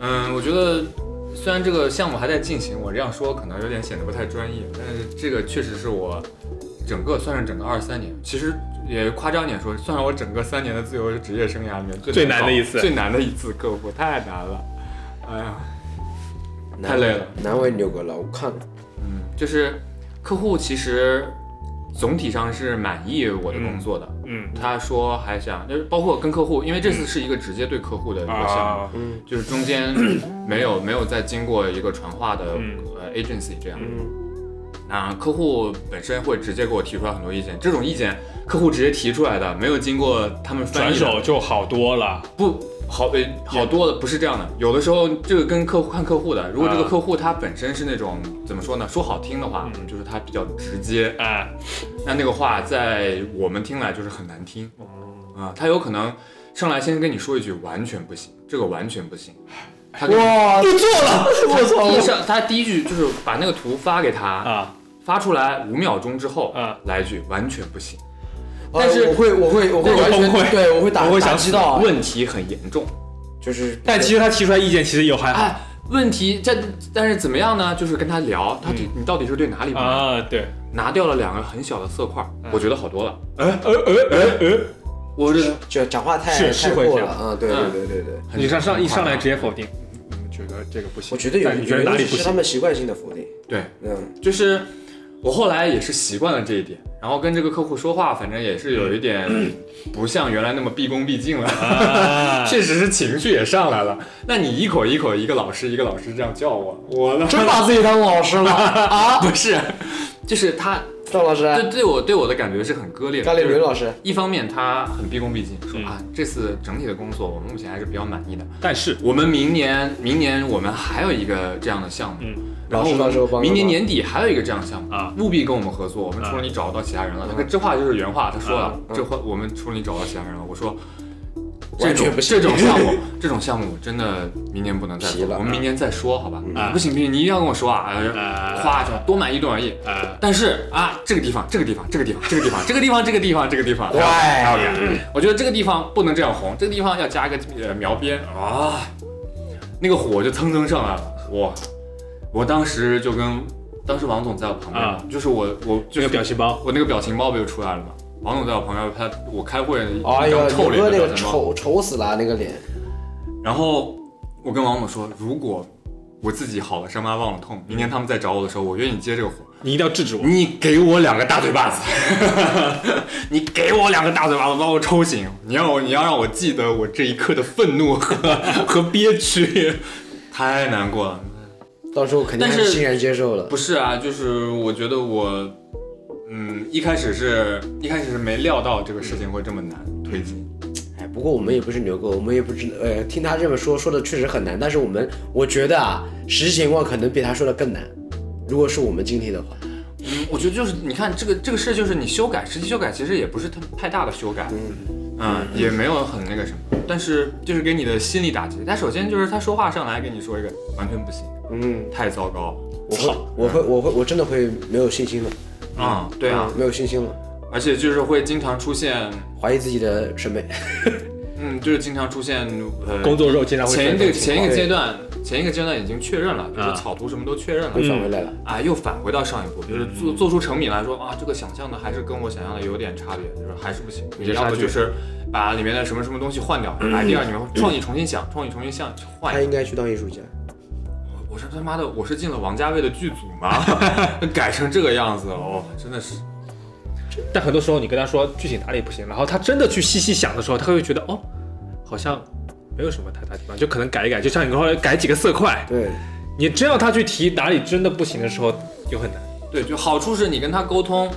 嗯，我觉得虽然这个项目还在进行，我这样说可能有点显得不太专业，但是这个确实是我整个算是整个二三年，其实也夸张点说，算是我整个三年的自由职业生涯里面最
最难的
搞
一次
最难的一次客户，太难了，哎呀，太累了，
难为牛哥了，我看了
嗯，就是客户其实总体上是满意我的工作的。
嗯
他说还想，就是包括跟客户，因为这次是一个直接对客户的一个项目，
啊，
嗯
就是中间没有没有再经过一个传话的、
嗯
呃 agency 这样，
嗯，
那客户本身会直接给我提出来很多意见，这种意见客户直接提出来的，没有经过他们翻
转
译的，
手就好多了。
不好呃好多了，不是这样的，有的时候这个跟客户看客户的，如果这个
啊
客户他本身是那种怎么说呢，说好听的话，
嗯
就是他比较直接，
哎，
那那个话在我们听来就是很难听
嗯
啊、他有可能上来先跟你说一句完全不行，这个完全不行，他跟你
哇，
哦
都做了，我
第一
操，
上他第一句就是把那个图发给他，
啊，
发出来五秒钟之后
啊，
来一句完全不行，但
但
是
是我会我会我会
那个
完全
崩溃
对我会打
我会
打
想
击到啊，
问题很严重。
啊
就是
但其实他提出来意见其实也还好
哎，问题这但是怎么样呢？就是跟他聊，他底你到底是对哪里不满？
嗯啊，对，
拿掉了两个很小的色块，我觉得好多了。
呃呃呃呃呃，
我这
就讲话太
是是
太
会
过
这
了
样
啊，对
嗯
对对对对。
很
你上上一上来直
接
接否定，嗯，觉得这个不行，
我觉得有
但你觉得哪里不
是他
行？
们习惯性的否定，
对，
嗯，
就是我后来也是习惯了这一点，然后跟这个客户说话，反正也是有一点不像原来那么毕恭毕敬了。*laughs*
啊
确实是情绪也上来了。那你一口一口一个老师一个老师这样叫我，我呢
真把自己当老师了，
啊 *laughs* 不是，就是他
赵老师，
对对我对我的感觉是很割裂的。
高磊
就是
明老师，
一方面他很毕恭毕敬，说
嗯
啊这次整体的工作我们目前还是比较满意的。
但是
我们明年明年我们还有一个这样的项目。
嗯
然后
老师到时候
我
帮啊
们
个
明年
忙
年底还有一个这样的项目
啊，
务必跟我们合作。我们除了你找不到其他人了，他这话就是原话，他说了
啊
这话我们除了你找不到其他人了。我说这
完
种
全不
这
行
种项目， *laughs* 这种项目真的明年不能再
皮
做，
了
我们明年再说好吧？
啊
不行不行，你一定要跟我说啊！
啊
夸一下，多满意多满意。
啊，
但是啊，这个地方，这个地方，这个地方，这个地方，这个地方，这个地方，这个地方，
*laughs* 乖
还有还有这个我觉得这个地方不能这样红，这个地方要加一个呃描边啊，那个火就蹭蹭上来了。我，我当时就跟当时王总在我旁边嘛
啊，
就是我我就
这个
是
表情包，
我那个表情包不就出来了吗？王总在我旁边，他我开会
哎
一
呀，
张臭
牛
脸的
哥那个
表情包，
丑丑死了那个脸，
然后我跟王总说，如果我自己好了伤疤忘了痛，明年他们再找我的时候，我愿意接这个活。
你一定要制止我。
你给我两个大嘴巴子， *laughs* 你给我两个大嘴巴子，把我抽醒。你让我，你要让我记得我这一刻的愤怒和和憋屈，太难过了。
到时候肯定
但
还
是
是欣然接受了。
不是啊，就是我觉得我，嗯，一开始是一开始是没料到这个事情会这么难推进。
哎，不过我们也不是牛哥，我们也不知，呃，听他这么说，说的确实很难，但是我们我觉得啊，实际情况可能比他说的更难。如果是我们经历的话，
嗯，我觉得就是你看这个这个事，就是你修改，实际修改其实也不是太太大的修改，嗯也没有很那个什么，但是就是给你的心理打击。他首先就是他说话上来跟你说一个完全不行，
嗯，
太糟糕
我会，我会，我会，我真的会没有信心了，
啊、对啊，
嗯，没有信心了。
而且就是会经常出现，
怀疑自己的审美，
嗯，就是经常出现呃，
工作之后经常会
前一个
这种情
前一
况
个阶段前一个阶段已经确认了，就是
啊
草图什么都确认了，
又转回来了。
啊，又返回到上一步，就是做做出成品来说啊，这个想象的还是跟我想象的有点差别，就是还是不行。你
有
要
差
不
距
就是把里面的什么什么东西换掉，啊，第二你们创意重新想，创意重新想换
*laughs* 他
一
应
个。
该去当艺术家。
我我是他妈的，我是进了王家卫的剧组吗？ *laughs* 改成这个样子哦，真的是，
但很多时候你跟他说具体哪里不行，然后他真的去细细想的时候，他会觉得哦，好像没有什么太大地方，就可能改一改，就像你后来改几个色块，
对，
你真要他去提哪里真的不行的时候，就很难。
对，就好处是你跟他沟通，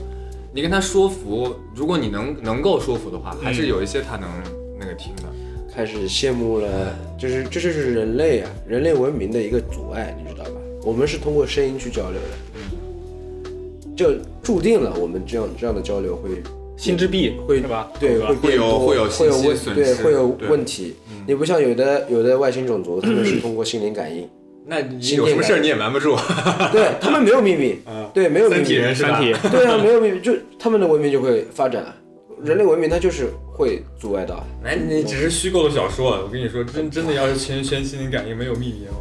你跟他说服，如果你能能够说服的话，还是有一些他能那个听的。
开始羡慕了，就是这就是人类啊，人类文明的一个阻碍，你知道吧？我们是通过声音去交流的，就注定了我们这样这样的交流会
心之壁
会
是吧？
对，
吧
会？变
有
多
会
会
有信息
问
损
对
失
会有
对
问题。
嗯
你不像有的有的外星种族，他们是通过心
*laughs*
灵感应，
那你有什么事儿你也瞒不住，
对他们没有秘密，对没有秘
啊三体
密，
人是吧？
体
*laughs* 对啊，没有秘密，就他们的文明就会发展啊。人类文明它就是会阻碍到，
*laughs* 哎，你只是虚构的小说，啊我跟你说，真真的要是全全心灵感应没有秘密哦，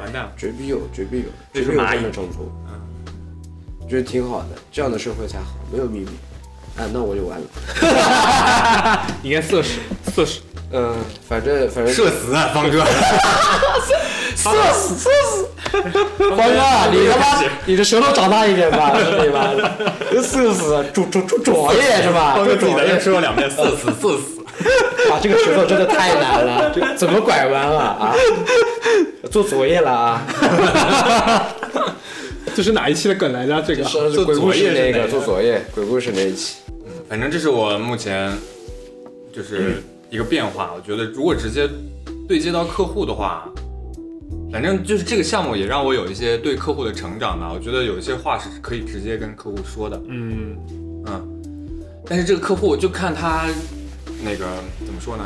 完蛋了。
绝必有，绝必有，
这
绝
是
必有
蚂蚁
这
啊
样的种族，觉得挺好的，这样的社会才好，没有秘密。啊，那我就完了。
应该四十四十，
嗯，反正反正
社死啊，方哥！
射死射死！方哥，你他妈你的舌头长大一点
*laughs*
吧，对吧？射死，肿肿肿肿一点是吧？
自己在这说了两遍，社死社死。
啊，这个舌头真的太难了，
*laughs*
这怎么拐弯了啊？做作业了
*laughs*
啊？
这是哪一期的梗来着？这个
上
做
是鬼故
作业
事
是
那
哪
个
个
做作业，鬼故事那一期，
反正这是我目前就是一个变化。我觉得如果直接对接到客户的话，反正就是这个项目也让我有一些对客户的成长吧。我觉得有一些话是可以直接跟客户说的，
嗯，
嗯。但是这个客户就看他那个怎么说呢，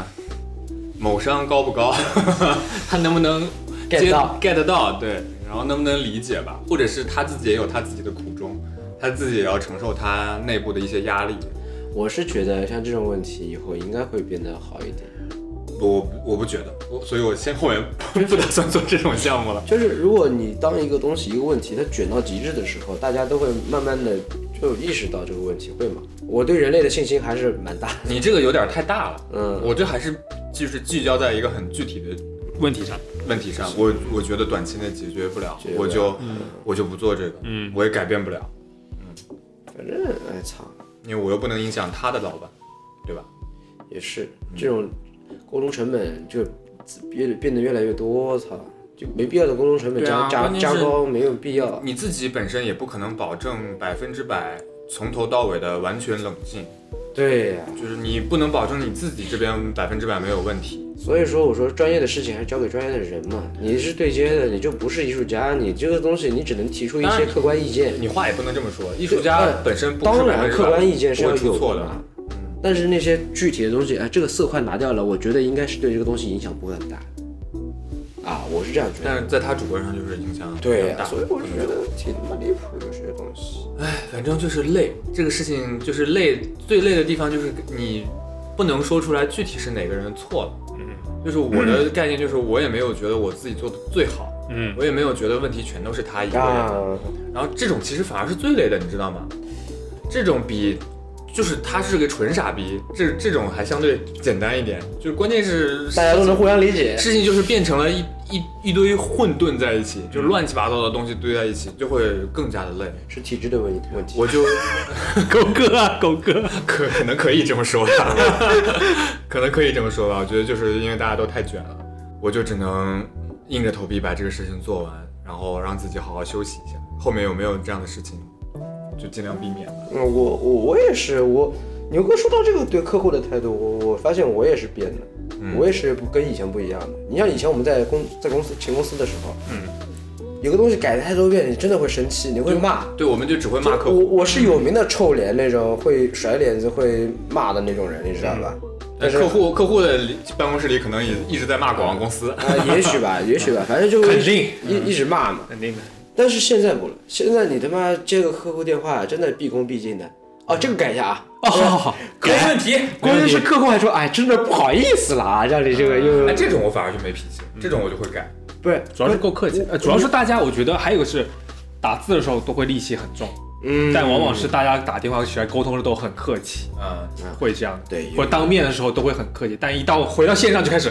某商高不高， *laughs* 他能不能
get
*laughs* 接
到
get 到，对，然后能不能理解吧？或者是他自己也有他自己的苦衷，他自己也要承受他内部的一些压力。
我是觉得像这种问题以后应该会变得好一点。
我我不觉得，我所以我先后面 *laughs* 不打算做这种项目了。
就是如果你当一个东西一个问题它卷到极致的时候，大家都会慢慢的就意识到这个问题，会吗？我对人类的信心还是蛮大的。
你这个有点太大了，
嗯
我这还是就是聚焦在一个很具体的
问题上，
问题上，我我觉得短期内解决不了，嗯
决不了
我就、我就不做这个，
嗯
我也改变不了，
反正哎操，
因为我又不能影响他的老板，对吧？
也是这种沟通成本就越变得越来越多，操，就没必要的沟通成本
对
加、
啊
加
关键
加
是
高没有必要。
你自己本身也不可能保证百分之百从头到尾的完全冷静，
对呀、
就是你不能保证你自己这边百分之百没有问题。
所以说我说专业的事情还是交给专业的人嘛。你是对接的，你就不是艺术家，你这个东西你只能提出一
当
些
然
客观意见。
你话也不能这么说，艺术家
呃
本身不是
当
百分
然，
之
客
百
观意见是
不
要
会
有
出错
的
的。
嘛。但是那些具体的东西，哎，这个色块拿掉了，我觉得应该是对这个东西影响不会很大。啊，我是这样觉
但
得。
是在他主观上就是影响
对
比较
呀、
大，
所以我就觉得挺他妈离谱的，有些东西。
哎，反正就是累，这个事情就是累，最累的地方就是你不能说出来具体是哪个人错了。就是我的概念就是我也没有觉得我自己做的最好，
嗯，
我也没有觉得问题全都是他一个人。
啊，
然后这种其实反而是最累的，你知道吗？这种比就是他是个纯傻逼，这这种还相对简单一点。就是关键是
大家都能互相理解。
事情就是变成了一一一堆混沌在一起，就是乱七八糟的东西堆在一起，就会更加的累。
是体制的问问题。
我就
狗哥啊，狗哥，
*laughs* 可可能可以这么说吧， *laughs* 可能可以这么说吧。我觉得就是因为大家都太卷了，我就只能硬着头皮把这个事情做完，然后让自己好好休息一下。后面有没有这样的事情，就尽量避免吧。
嗯，我我我也是，我牛哥说到这个对客户的态度，我我发现我也是变的，
嗯
我也是不跟以前不一样的。你像以前我们在公在公司前公司的时候，嗯，有个东西改太多遍，你真的会生气，你会骂。
对，我们就只会骂客
我
户，
我是有名的臭脸那种，会甩脸子、会骂的那种人，你知道吧？
嗯
但
但是
客户客户的里办公室里可能也一直在骂广告公司。
啊、也许吧，也许吧，反正
*laughs*
就
肯定
一一直骂嘛。
肯定的，
但是现在不了，现在你他妈接个客户电话，真的毕恭毕敬的。哦，这个改一下啊。
哦，好好好，
没问题，
关键是客户还说，哎，真的不好意思了啊，让你这个又
哎，这种我反而就没脾气，这种我就会改。
不是，
主要是够客气，呃主要是大家我觉得还有是打字的时候都会戾气很重，
嗯，
但往往是大家打电话起来沟通的都很客气，
嗯，
会这样的，
对
或者当面的时候都会很客气，但一到回到线上就开始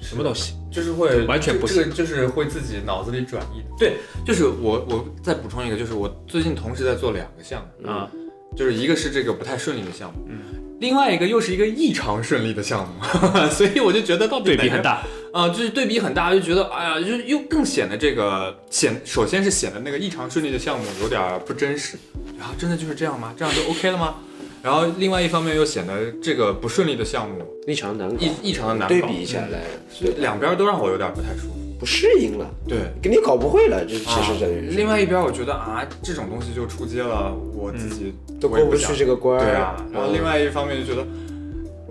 什么东西，
就是会
完全不
这
行
这个就是会自己脑子里转移。对，就是我我再补充一个，就是我最近同时在做两个项目
啊，
就是一个是这个不太顺利的项目，
嗯
另外一个又是一个异常顺利的项目， *laughs* 所以我就觉得到底
对
哪
比
个
很大，
啊，就是对比很大，就觉得哎呀，就又更显得这个显，首先是显得那个异常顺利的项目有点儿不真实，然后真的就是这样吗？这样就 OK 了吗？然后另外一方面又显得这个不顺利的项目
异常难搞，
异异常的难搞，
对比一下来，
所以两边儿都让我有点儿不太舒服。
不适应了，
对，
给你搞不会了，这其实等于
啊
是
另外一边，我觉得啊，这种东西就出街了，我自己
嗯都
我也
过不
想
去这个关儿。
对啊，然后
嗯
另外一方面就觉得，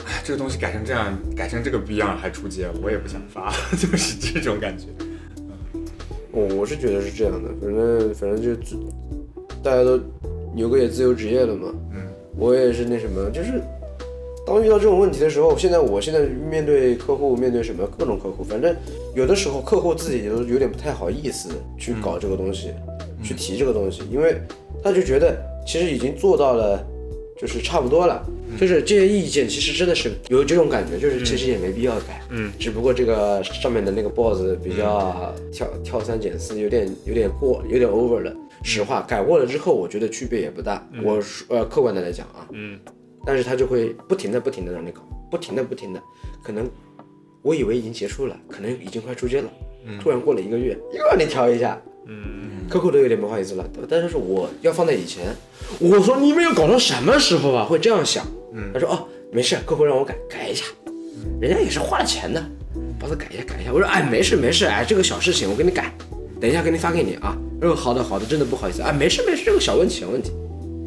哎，这个东西改成这样，改成这个逼样还出街，我也不想发， *laughs* 就是这种感觉。
我我是觉得是这样的，反正反正就自大家都牛哥也自由职业了嘛，
嗯，
我也是那什么，就是当遇到这种问题的时候，现在我现在面对客户，面对什么各种客户，反正有的时候客户自己都有点不太好意思去搞这个东西，去提这个东西，因为他就觉得其实已经做到了，就是差不多了。就是这些意见，其实真的是有这种感觉，就是其实也没必要改，嗯，只不过这个上面的那个 boss 比较挑挑三拣四，有点有点过，有点 over 了。实话，改过了之后，我觉得区别也不大。我说呃，客观的来讲啊，但是他就会不停的、不停的让你搞，不停的、不停的，可能我以为已经结束了，可能已经快出街了，突然过了一个月，又让你调一下，嗯，客户都有点不好意思了。但是我要放在以前，我说你们要搞到什么时候啊？会这样想，嗯，他说哦，没事，客户让我改改一下，人家也是花了钱的，帮他改一下改一下。我说哎，没事没事，哎，这个小事情我给你改，等一下给你发给你啊。他说好的好的，真的不好意思啊，没事没事，这个小问题小问题，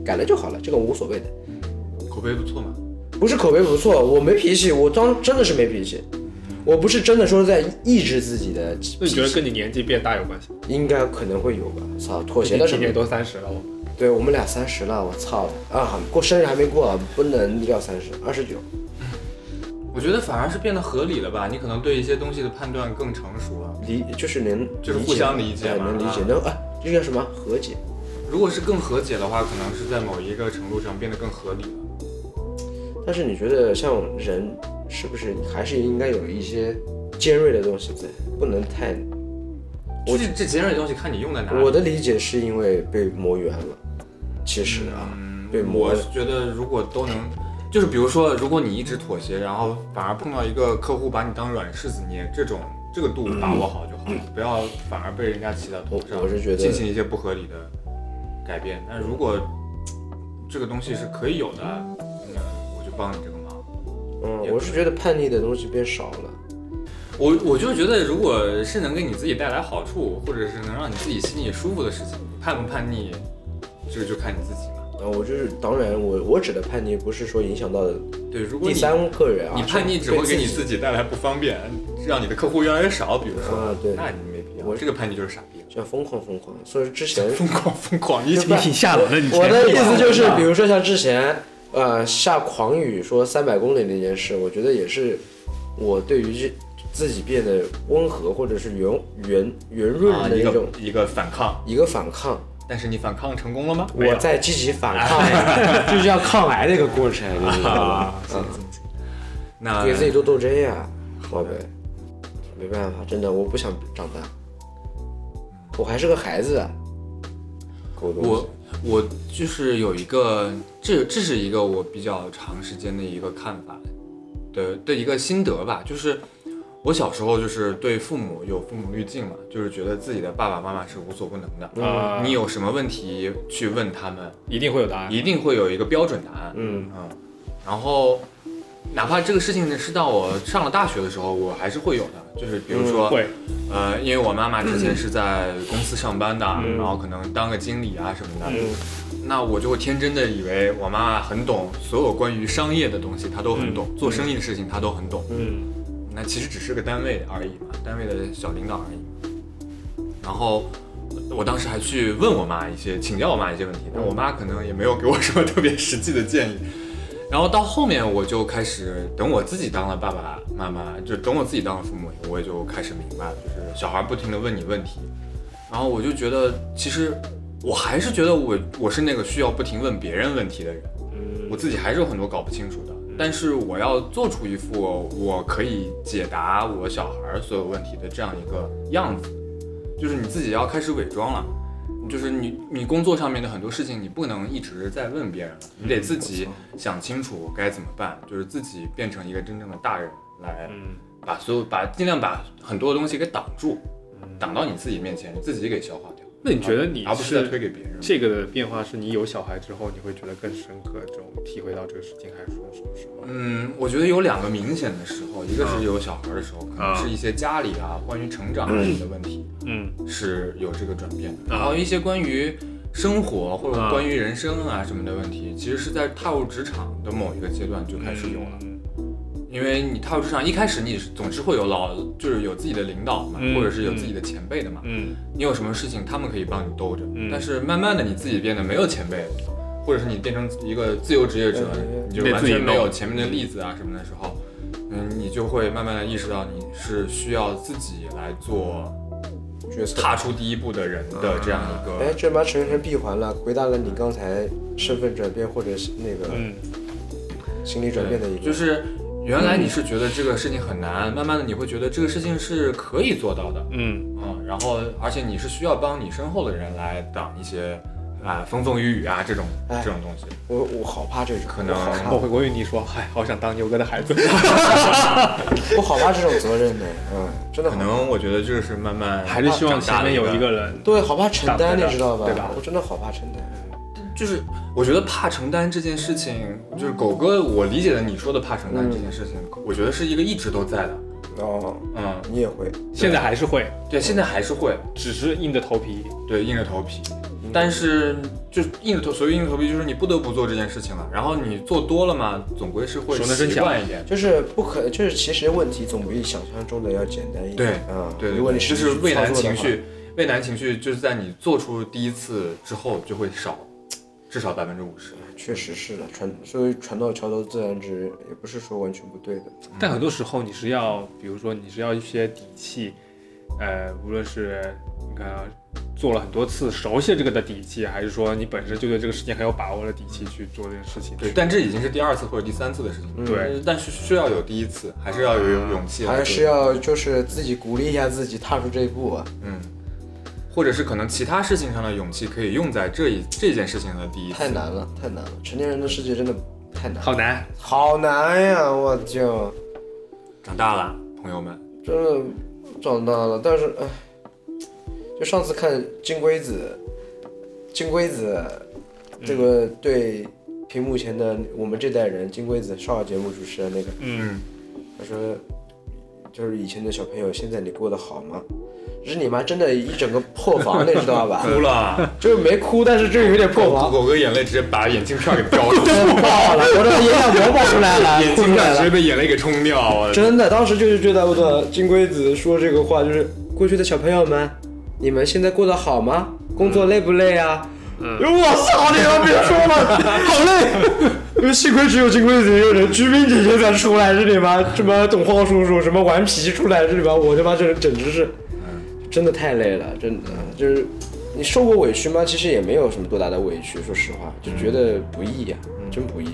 改了就好了，这个无所谓的。
口碑不错嘛，
不是口碑不错，我没脾气，我当真的是没脾气，我不是真的说在抑制自己的脾
那你
气
觉得，跟你年纪变大有关系？
应该可能会有吧？操，妥协
你
的什
今年
么？
都三十了，我
对我们俩三十了，我操啊！过生日还没过，不能要三十，二十九。
我觉得反而是变得合理了吧？你可能对一些东西的判断更成熟了。
理就是能理解，
就是互相理解
哎
嘛
能理解
啊，
能啊，这叫什么和解？
如果是更和解的话，可能是在某一个程度上变得更合理了。
但是你觉得像人是不是还是应该有一些尖锐的东西在，不能太……
我这这节日的东西看你用在哪里。
我的理解是因为被磨圆了，其实啊，被磨
嗯我是觉得如果都能，就是比如说，如果你一直妥协，然后反而碰到一个客户把你当软柿子捏，这种这个度把握好就好了，不要反而被人家骑到头上。
我我是觉得
进行一些不合理的改变。但如果这个东西是可以有的，那我就帮你这个忙。
嗯
也，
我
可
是
以
觉得叛逆的东西变少了。
我我就觉得，如果是能给你自己带来好处，或者是能让你自己心里舒服的事情，你叛不叛逆，这个就看你自己嘛。
啊，我就是当然我，我指的叛逆不是说影响到
对，如果
第
你
三个人啊，
你叛逆只会给你自
己。
己带来不方便，让你的客户越来越少，比如说，
啊对
那你没必要。
我
这个叛逆就是傻逼了，
像疯狂疯狂，所以之前
疯狂疯狂， *laughs* 你
不是
下流的，你
我的意思就是，比如说像之前呃下狂语说三百公里那件事，我觉得也是我对于这自己变得温和或者是圆圆圆
啊
润的
一
一
个
种、
一个反抗，
一个反抗，
但是你反抗成功了吗？
我在积极反
啊
*laughs*
抗，
就是要抗癌的一个过
*laughs*
程，嗯你知道吗？
啊，行行行，那
给自己做斗争呀，宝贝。没办法，真的，我不想长大，我还是个孩子啊。狗东西
我我就是有一个，这这是一个我比较长时间的一个看法的的一个心得吧，就是我小时候就是对父母有父母滤镜嘛，就是觉得自己的爸爸妈妈是无所不能的，
啊，
你有什么问题去问他们，
一定会有答案，
一定会有一个标准答案。啊
嗯
然后，哪怕这个事情是到我上了大学的时候，我还是会有的。就是比如说，
嗯会
呃，因为我妈妈之前是在公司上班的，然后可能当个经理啊什么的，那我就会天真的以为我妈妈很懂所有关于商业的东西，她都很懂，做生意的事情她都很懂。
嗯，
那其实只是个单位而已嘛，单位的小领导而已。然后我当时还去问我妈一些，请教我妈一些问题，但我妈可能也没有给我什么 *laughs* 特别实际的建议。然后到后面我就开始等我自己当了爸爸妈妈，就等我自己当了父母以后，我也就开始明白了，就是小孩不停的问你问题，然后我就觉得其实我还是觉得我我是那个需要不停问别人问题的人，
嗯
我自己还是有很多搞不清楚的，但是我要做出一副我可以解答我小孩所有问题的这样一个样子，就是你自己要开始伪装了。就是你，你工作上面的很多事情，你不能一直在问别人了，你得自己想清楚该怎么办，就是自己变成一个真正的大人来，
嗯
嗯
把所有把尽量把很多东西给挡住，挡到你自己面前，你自己给消化掉，
那你觉得你
而啊不是再
是
推给别人。
这个的变化是你有小孩之后，你会觉得更深刻，这种体会到这个事情，还是说什么时候？
嗯，我觉得有两个明显的时候，一个
啊
是有小孩的时候，可能是一些家里啊关于成
*clears throat*
长的问题，
嗯，
是有这个转变的。
啊
然后一些关于生活或者关于人生啊什么的问题，其实是在踏入职场的某一个阶段就开始有了。
嗯
嗯
因为你踏入职场一开始，你是总是会有老，就是有自己的领导嘛，
嗯
或者是有自己的前辈的嘛。
嗯
你有什么事情，他们可以帮你兜着。
嗯
但是慢慢的，你自己变得没有前辈了，或者是你变成一个自由职业者，
嗯
你就
得
完
自己
全没有
弄
前面的例子啊什么的时候，嗯，你就会慢慢的意识到你是需要自己来做
角色。
踏出第一步的人的这样一
哎，
个，
这把陈晨闭环了，回答了你刚才身份转变或者是那个
嗯
心理转变的一个，
嗯就是原来你是觉得这个事情很难，慢慢的你会觉得这个事情是可以做到的，
嗯
嗯，然后而且你是需要帮你身后的人来挡一些啊风风雨雨啊这种
哎
这种东西，
我我好怕这种，
可能
我好
我
怕，
哦会我与你说，嗨，好想当牛哥的
*laughs*
孩子。
我好怕这种责任的，嗯，真的
可
好怕，
能我觉得这是慢慢
还是希望
长
前
大的
面有
一
一个人。
对，好怕承担，
挡着
你
的
知道吧？
对吧
我真的好怕承担，
就是我觉得怕承担这件事情，就是狗哥我理解的你说的怕承担这件事情，
嗯
我觉得是一个一直都在的，
哦，
嗯，
你也会，
现在还是会，嗯
对，现在还是会，
只是硬着头皮。
对，硬着头皮。但是就是硬着头，所谓硬着头皮，就是你不得不做这件事情了。然后你做多了嘛，总归是会
熟能生
习
巧
惯一点。
就是不可，就是其实问题总比想象中的要简单一点，
对
嗯，
对，
如果你
对
实
就
际
是畏难
操作的
情
话，
绪，畏难情绪就是在你做出第一次之后就会少，至少百分之五十。
确实是的，船所以船到桥头自然直，也不是说完全不对的，
但很多时候你是要，比如说你是要一些底气，呃，无论是你看啊做了很多次，熟悉这个的底气，还是说你本身就对这个事情很有把握的底气去做这件事情。
对，但这已经是第二次或者第三次的事情。呃
对，
但是需要有第一次，还是要有勇气来做，
还是要就是自己鼓励一下自己踏出这一步啊，
嗯，或者是可能其他事情上的勇气可以用在这一这件事情的第一次。
太难了，太难了，成年人的世界真的太难了，
好难，
好难呀！我就
长大了，朋友们，
真的长大了，但是哎，就上次看金龟子，金龟子这个
嗯
对屏幕前的我们这代人，金龟子少儿节目主持人那个，
嗯，
他说就是以前的小朋友，现在你过得好吗？日你妈真的一整个破防了，你知
*laughs*
道吧？
哭
*laughs*
了，
就是没哭，但是就是有点破
嗯狗
防，
狗哥眼泪直接把眼镜片给飙
*laughs*
出来，
爆了， *laughs* 我的眼角膜爆出来
*laughs*
了，
眼
哭
镜
出来
片直接。
了
被眼泪给冲掉，我
真的，当时就是觉得我的金龟子说这个话，就是过去的小朋友们，你们现在过得好吗？工作累不累啊？
嗯
我操你妈！别说
*laughs*
了，好累。因为幸亏只有金龟子一个人，鞠萍姐姐才出来，是你妈什么董浩叔叔什么顽皮出来，是你妈我他妈这人简直是，
嗯
真的太累了，真的就是你受过委屈吗？其实也没有什么多大的委屈，说实话，就觉得不易呀、真不易、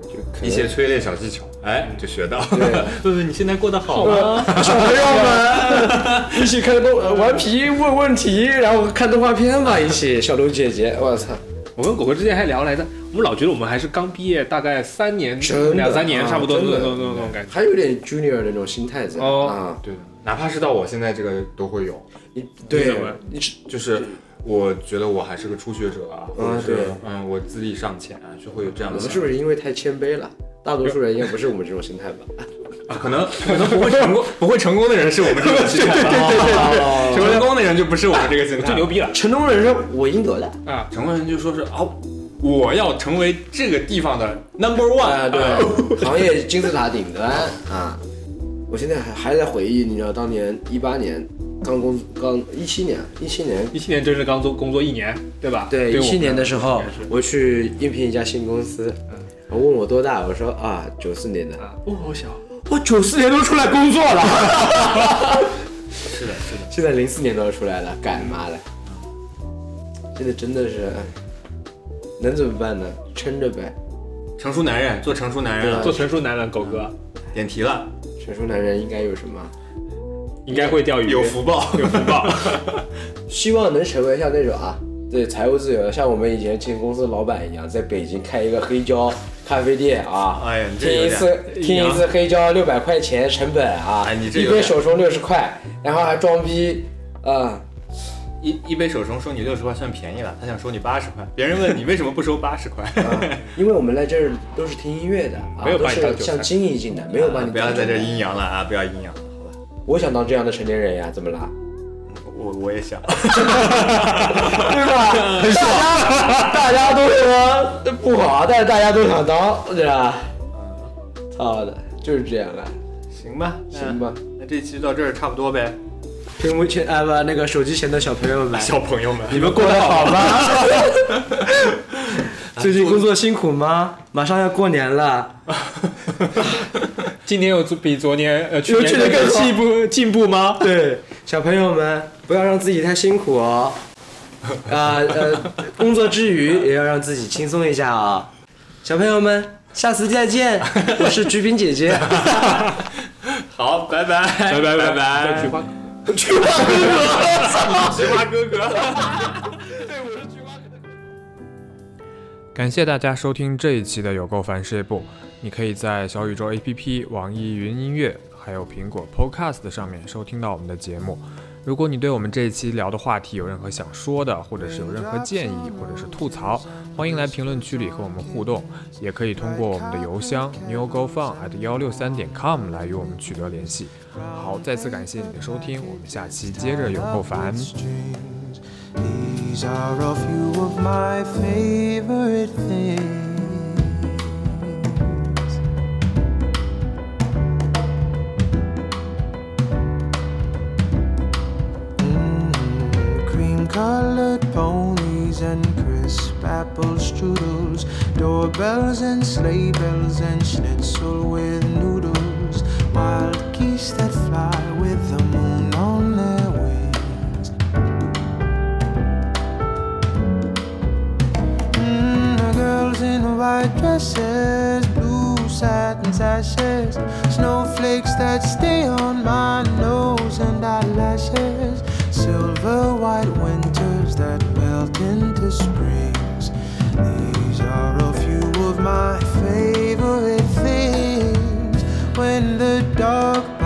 就可能
嗯一些催泪小技巧，
嗯
哎，就学到。
对
问问你现在过得
*laughs*
好吗？
小朋友们一起看动顽皮问问题，然后看动画片吧，一 *laughs* 起小鹿姐姐，我操，
我跟狗狗之前还聊来着，我们老觉得我们还是刚毕业，大概三年
真的、
两三年差不多
啊
那
真
种
的
那种那种那种感觉。
还有点 junior 那种心态在、
哦
啊，
*laughs* 对，哪怕是到我现在这个都会有，
你
你
对
怎么了，
你是
就是我觉得我还是个初学者啊，或者
对
是嗯，我资历尚浅啊，就会有这样
我
的
们
想法。
是不是因为太谦卑了？大多数人应该不是我们这种心态吧？
啊可能可能不会成功，不会成功的人是我们这个心态，对对对对成功的人就不是我们这个心态，
最牛逼了
*laughs* 成功人生我赢得了，
啊！
成功人就说是啊，我要成为这个地方的 number
啊
one，
*laughs* 对，行业金字塔顶端啊！我现在还还在回忆，你知道当年一八年刚工刚一七年，一七年
一七年真是刚做工作一年，对吧？
对，一
我们
七年的时候
应该是，嗯
我去应聘一家新公司，我问我多大，我说啊，九四年的，
啊，哦，好小，
我九四年都出来工作
*laughs*
了， *laughs*
是的，是的，
现在零四年都要出来了，干妈了，
嗯
现在真的是，哎能怎么办呢？撑着呗。
成熟男人做成熟男人了，
做成熟男人，狗哥
点题了，
成熟男人应该有什么？
应该会钓鱼，
有福报，有福报。
希望能成为像那种啊，对财务自由，像我们以前进公司老板一样，在北京开一个黑胶咖啡店啊，
哎呀你这
听
有
一
点
次听一
洋
次黑胶六百块钱成本啊，
哎你这
一
有
杯
点
手冲六十块，然后还装逼啊，
一一杯手冲收你六十块算便宜了，他想收你八十块。别人问你为什么不收八十块， *laughs*
啊因为我们来这儿都是听音乐的啊，
没有
都
把你当
是
韭菜
像精英进的，没有把你
啊不要
当韭
在
菜
这阴阳了啊！不要阴阳了，好吧？嗯
我想当这样的成年人呀，怎么
*laughs*
啦？
我我也想， *laughs*
对吧？大家大家都说不好，但是大家都想当，对吧？操的，就是这样啊。
行吧，那
行吧，
那这期就到这儿差不多呗，
屏幕前啊不，那个手机前的小朋友们，
小朋友们，
你们过得好吗？ *laughs* 最近工作辛苦吗？马上要过年了，
今年有比昨年呃去
有
年
去年更
更
好
进步进步吗？
对，小朋友们不要让自己太辛苦 *laughs* 哦。啊呃，工作之余也要让自己轻松一下啊、小朋友们，下次再 *laughs* 见，我是菊萍姐姐。
好，拜拜，拜
拜
拜
拜，菊
拜，
花。
菊花哥哥。
感谢大家收听这一期的有够烦事业部。你可以在小宇宙 APP、网易云音乐，还有苹果 Podcast 上面收听到我们的节目。如果你对我们这一期聊的话题有任何想说的，或者是有任何建议，或者是吐槽，欢迎来评论区里和我们互动，也可以通过我们的邮箱 newgofun at 幺六三点 com 来与我们取得联系。好，再次感谢你的收听，我们下期接着有够烦。
strings. These are a few of my favorite things. Mm, cream colored ponies and crisp apple strudels, doorbells and sleigh bells and schnitzel with noodles, wild geese that fly with the moon on their wings. Mm, the girls in white dresses, blue satin sashes, snowflakes that stay on my nose and eyelashes, silver white winters that melt into springs. These are a few of my favorite things. When the dark